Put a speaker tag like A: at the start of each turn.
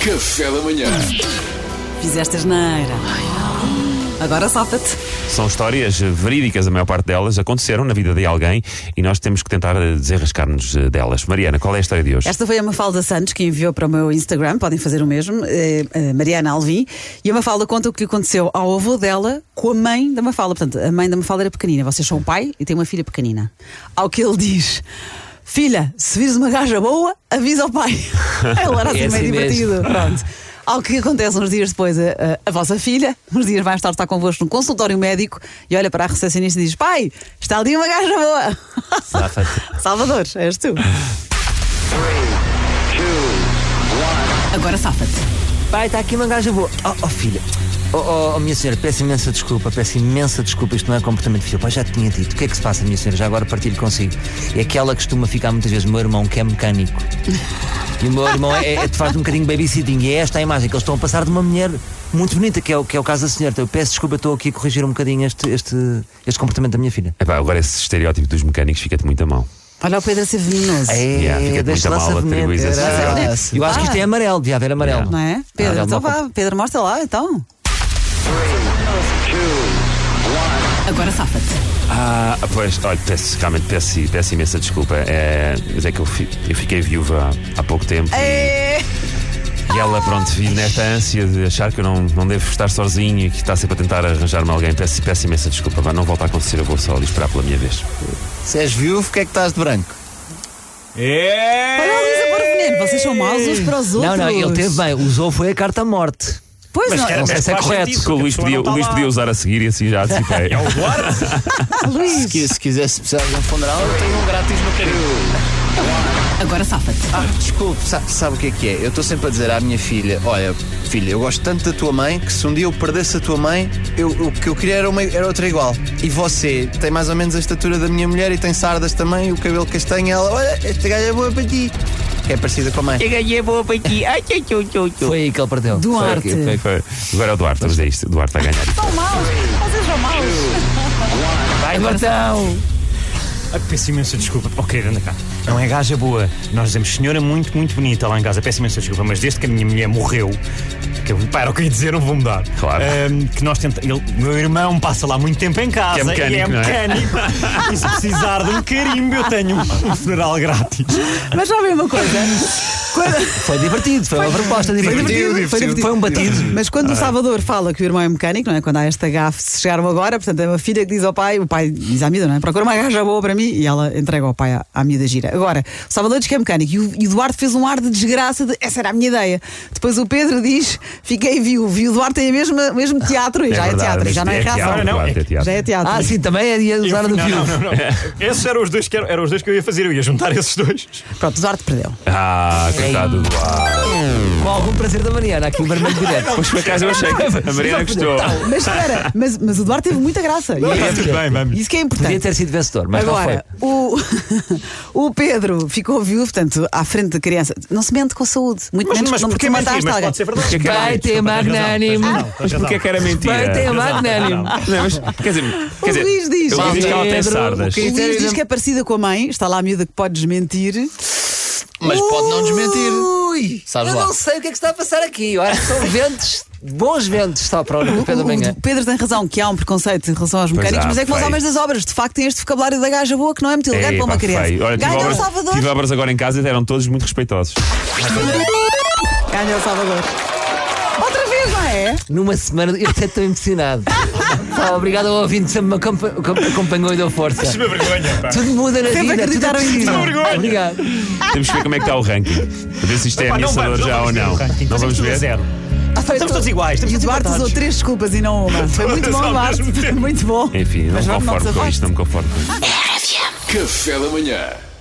A: Café da manhã.
B: Fizeste asneira. Agora safa-te.
C: São histórias eh, verídicas, a maior parte delas aconteceram na vida de alguém e nós temos que tentar eh, desenrascar-nos eh, delas. Mariana, qual é a história de hoje?
B: Esta foi a Mafalda Santos que enviou para o meu Instagram, podem fazer o mesmo, eh, eh, Mariana Alvim. E a Mafalda conta o que lhe aconteceu ao avô dela com a mãe da Mafalda. Portanto, a mãe da Mafalda era pequenina, vocês são o pai e tem uma filha pequenina. Ao que ele diz: Filha, se vires uma gaja boa, avisa ao pai. Ele era assim
D: É
B: meio
D: assim
B: divertido.
D: mesmo.
B: Pronto. Ao que acontece uns dias depois, a, a- a vossa filha, uns dias mais tarde, está convosco num consultório médico e olha para a recepcionista e diz: Pai, está ali uma gaja boa. Salvador, és tu. Agora safa-te.
D: Pai, está aqui uma gaja boa. Oh, oh, filha. Oh, oh, oh, minha senhora, peço imensa desculpa, peço imensa desculpa, isto não é comportamento de filho. Pai, já te tinha dito. O que é que se passa, minha senhora? Já agora partilho consigo. É que ela costuma ficar muitas vezes, o meu irmão, que é mecânico. E o meu irmão é, é, de facto um bocadinho babysitting. E é esta a imagem que eles estão a passar de uma mulher muito bonita, que é o, que é o caso da senhora. Então, eu peço desculpa, estou aqui a corrigir um bocadinho este, este, este comportamento da minha filha.
C: Epá, agora esse estereótipo dos mecânicos fica-te muito a mão.
B: Olha o Pedro a ser venenoso.
D: É,
C: Yeah, fica-te
D: deixa
C: muito
D: lá
C: mal
D: saber.
C: atribuir esse
B: estereótipo.
D: Eu acho que isto é amarelo, devia haver amarelo.
B: Não é? Pedro,
D: Ah,
B: então
D: dá-me uma
B: vá, Pedro, mostra lá então. Agora safa-te.
C: Ah, pois, olha, peço, realmente peço, peço imensa desculpa. É, mas é que eu, fi- eu fiquei viúva há, há pouco tempo
B: É.
C: e ela, pronto, vive nesta ânsia de achar que eu não, não devo estar sozinho e que está sempre a tentar arranjar-me alguém. Peço, peço imensa desculpa. Vá, não volta a acontecer, eu vou só ali esperar pela minha vez.
E: Se és viúvo, que é que estás de branco?
B: Olha a Luísa pôr veneno, vocês são maus uns para os outros.
D: Não, não, ele teve bem, usou foi a carta morte.
B: Pois não,
D: Não sei se é correto.
C: Que o Luís podia, o Luís podia usar a seguir e assim já antecipei.
B: Luís.
E: Que se quisesse precisar de um funeral, eu tenho um grátis no carinho.
D: um-
B: Agora safa-te.
E: Ah, desculpe, sa- sabe, o que é que é? Eu estou sempre a dizer à minha filha: Olha, filha, eu gosto tanto da tua mãe que se um dia eu perdesse a tua mãe, eu, o que eu queria era, uma, era outra igual. E você tem mais ou menos a estatura da minha mulher e tem sardas também, o cabelo castanho. Ela, olha, esta gaja é boa para ti. Que é parecida com a mãe.
F: Cheguei, vou para aqui. Ai, tchau, tchau, tchau, tchau.
D: Foi aí que ele perdeu.
B: Duarte.
C: Foi, foi. Agora é o Duarte, vamos dizer isto. O Duarte vai ganhar.
B: São maus, vocês são maus.
F: Vai, Martão.
G: Ah, Peço imensa desculpa. Ok, anda cá. Não é gaja boa. Nós dizemos senhora muito, muito bonita lá em casa. Peço imensa desculpa, mas desde que a minha mulher morreu, que eu, pá, era o que eu ia dizer, não vou mudar.
C: Claro.
G: Ahm, que nós tenta, ele, meu irmão passa lá muito tempo em casa.
C: Que é
G: e é
C: mecânico, não é?
G: mecânico. E se precisar de um carimbo, eu tenho um, um funeral grátis.
B: Mas já ouvi uma coisa. Quando-
D: Foi divertido, foi uma proposta divertida.
E: divertido,
D: Foi,
E: divertido.
D: foi um batido.
B: Mas quando o Salvador fala que o irmão é mecânico, não é? Quando há esta gafe, se chegaram agora, portanto, é uma filha que diz ao pai, o pai diz à miúda, não é? Procura uma gaja boa para mim e ela entrega ao pai à, à miúda gira. Agora, o Salvador diz que é mecânico e o, e o Duarte fez um ar de desgraça de essa era a minha ideia. Depois o Pedro diz, fiquei viúvo e o Duarte tem a mesma, o mesmo teatro e já é
C: verdade,
B: teatro, e já não é,
C: mas
B: reação.
C: teatro,
G: Agora não,
C: Duarte,
G: é-
C: é teatro.
B: Já é teatro.
D: Ah, sim, também é dia de usar do
G: não, não,
D: viúvo.
G: não, não. Esses eram os, dois que, eram, eram os dois que eu ia fazer. Eu ia juntar esses dois.
B: Pronto, o Duarte perdeu.
C: Ah, coitado do Duarte.
D: Com algum prazer da Mariana, aqui o vermelho direto.
C: Mas por acaso eu achei que a Mariana gostou.
B: Mas espera, mas, mas o Duarte teve muita graça. E
G: Está tudo bem, vamos.
B: isso que é importante.
D: Podia ter sido vencedor, mas
B: Agora, o, o Pedro ficou viúvo, portanto, à frente da criança. Não se mente com a saúde. Muito
G: Mas,
B: menos
G: mas
B: não
G: porquê
B: tu
G: mentir?
B: mataste
G: Mas
B: alguém.
G: pode ser
C: é
G: verdade.
D: não foi. Vai ter magnânimo.
C: Mas porquê que era mentira?
D: Vai ter magnânimo.
C: Não, mas, quer dizer, quer dizer,
B: Luís diz.
C: o Luís diz que ela tem
D: Pedro,
C: sardas.
D: o
B: O
D: que-
B: Luís diz que é parecida com a mãe, está lá a miúda que pode desmentir.
E: Mas pode não desmentir.
D: Ui,
E: Sabes
D: eu
E: lá.
D: não sei o que é que está a passar aqui. Olha, são ventos, bons ventos só para o café da
B: O-
D: manhã.
B: o Pedro tem razão que há um preconceito em relação aos mecânicos,
C: há,
B: mas é como os
C: feio.
B: homens das obras, de facto, têm este vocabulário da gaja boa que não é muito elegante para uma
C: Epá,
B: criança.
C: feio. Olha, tive
B: Ganha o
C: obras,
B: Salvador.
C: tive obras agora em casa e eram todos muito respeitosos.
B: Ganha o Salvador. Outra vez, não é?
D: Numa semana, eu até estou emocionado. Pá, obrigado ao ouvinte, que sempre me acompa- acom- acompanhou e deu força.
G: Uma vergonha, pá.
D: Tudo muda na
B: Sempre
D: vida, tudo é
B: acreditaram em ti.
D: possível.
G: Uma vergonha.
D: Obrigado.
C: Temos que ver como é que está o ranking. Para ver se isto é
G: Pá, não
C: ameaçador
G: vamos,
C: já ou
G: vamos ver
C: não.
G: o ranking.
C: Não
G: Fazemos
C: vamos
G: tudo a
C: ver.
G: zero.
B: Estamos
G: todos iguais, estamos
B: E o
G: todos
B: Duarte usou
G: empatados.
B: três desculpas e não uma. Foi muito
G: Todas
B: bom,
G: ao
B: Duarte.
G: mesmo tempo.
B: Muito bom.
C: Enfim, não
B: Mas vamos,
C: me
B: não
C: conformo com
B: desafaste.
C: isto, não me conformo com isto.
A: Café da manhã.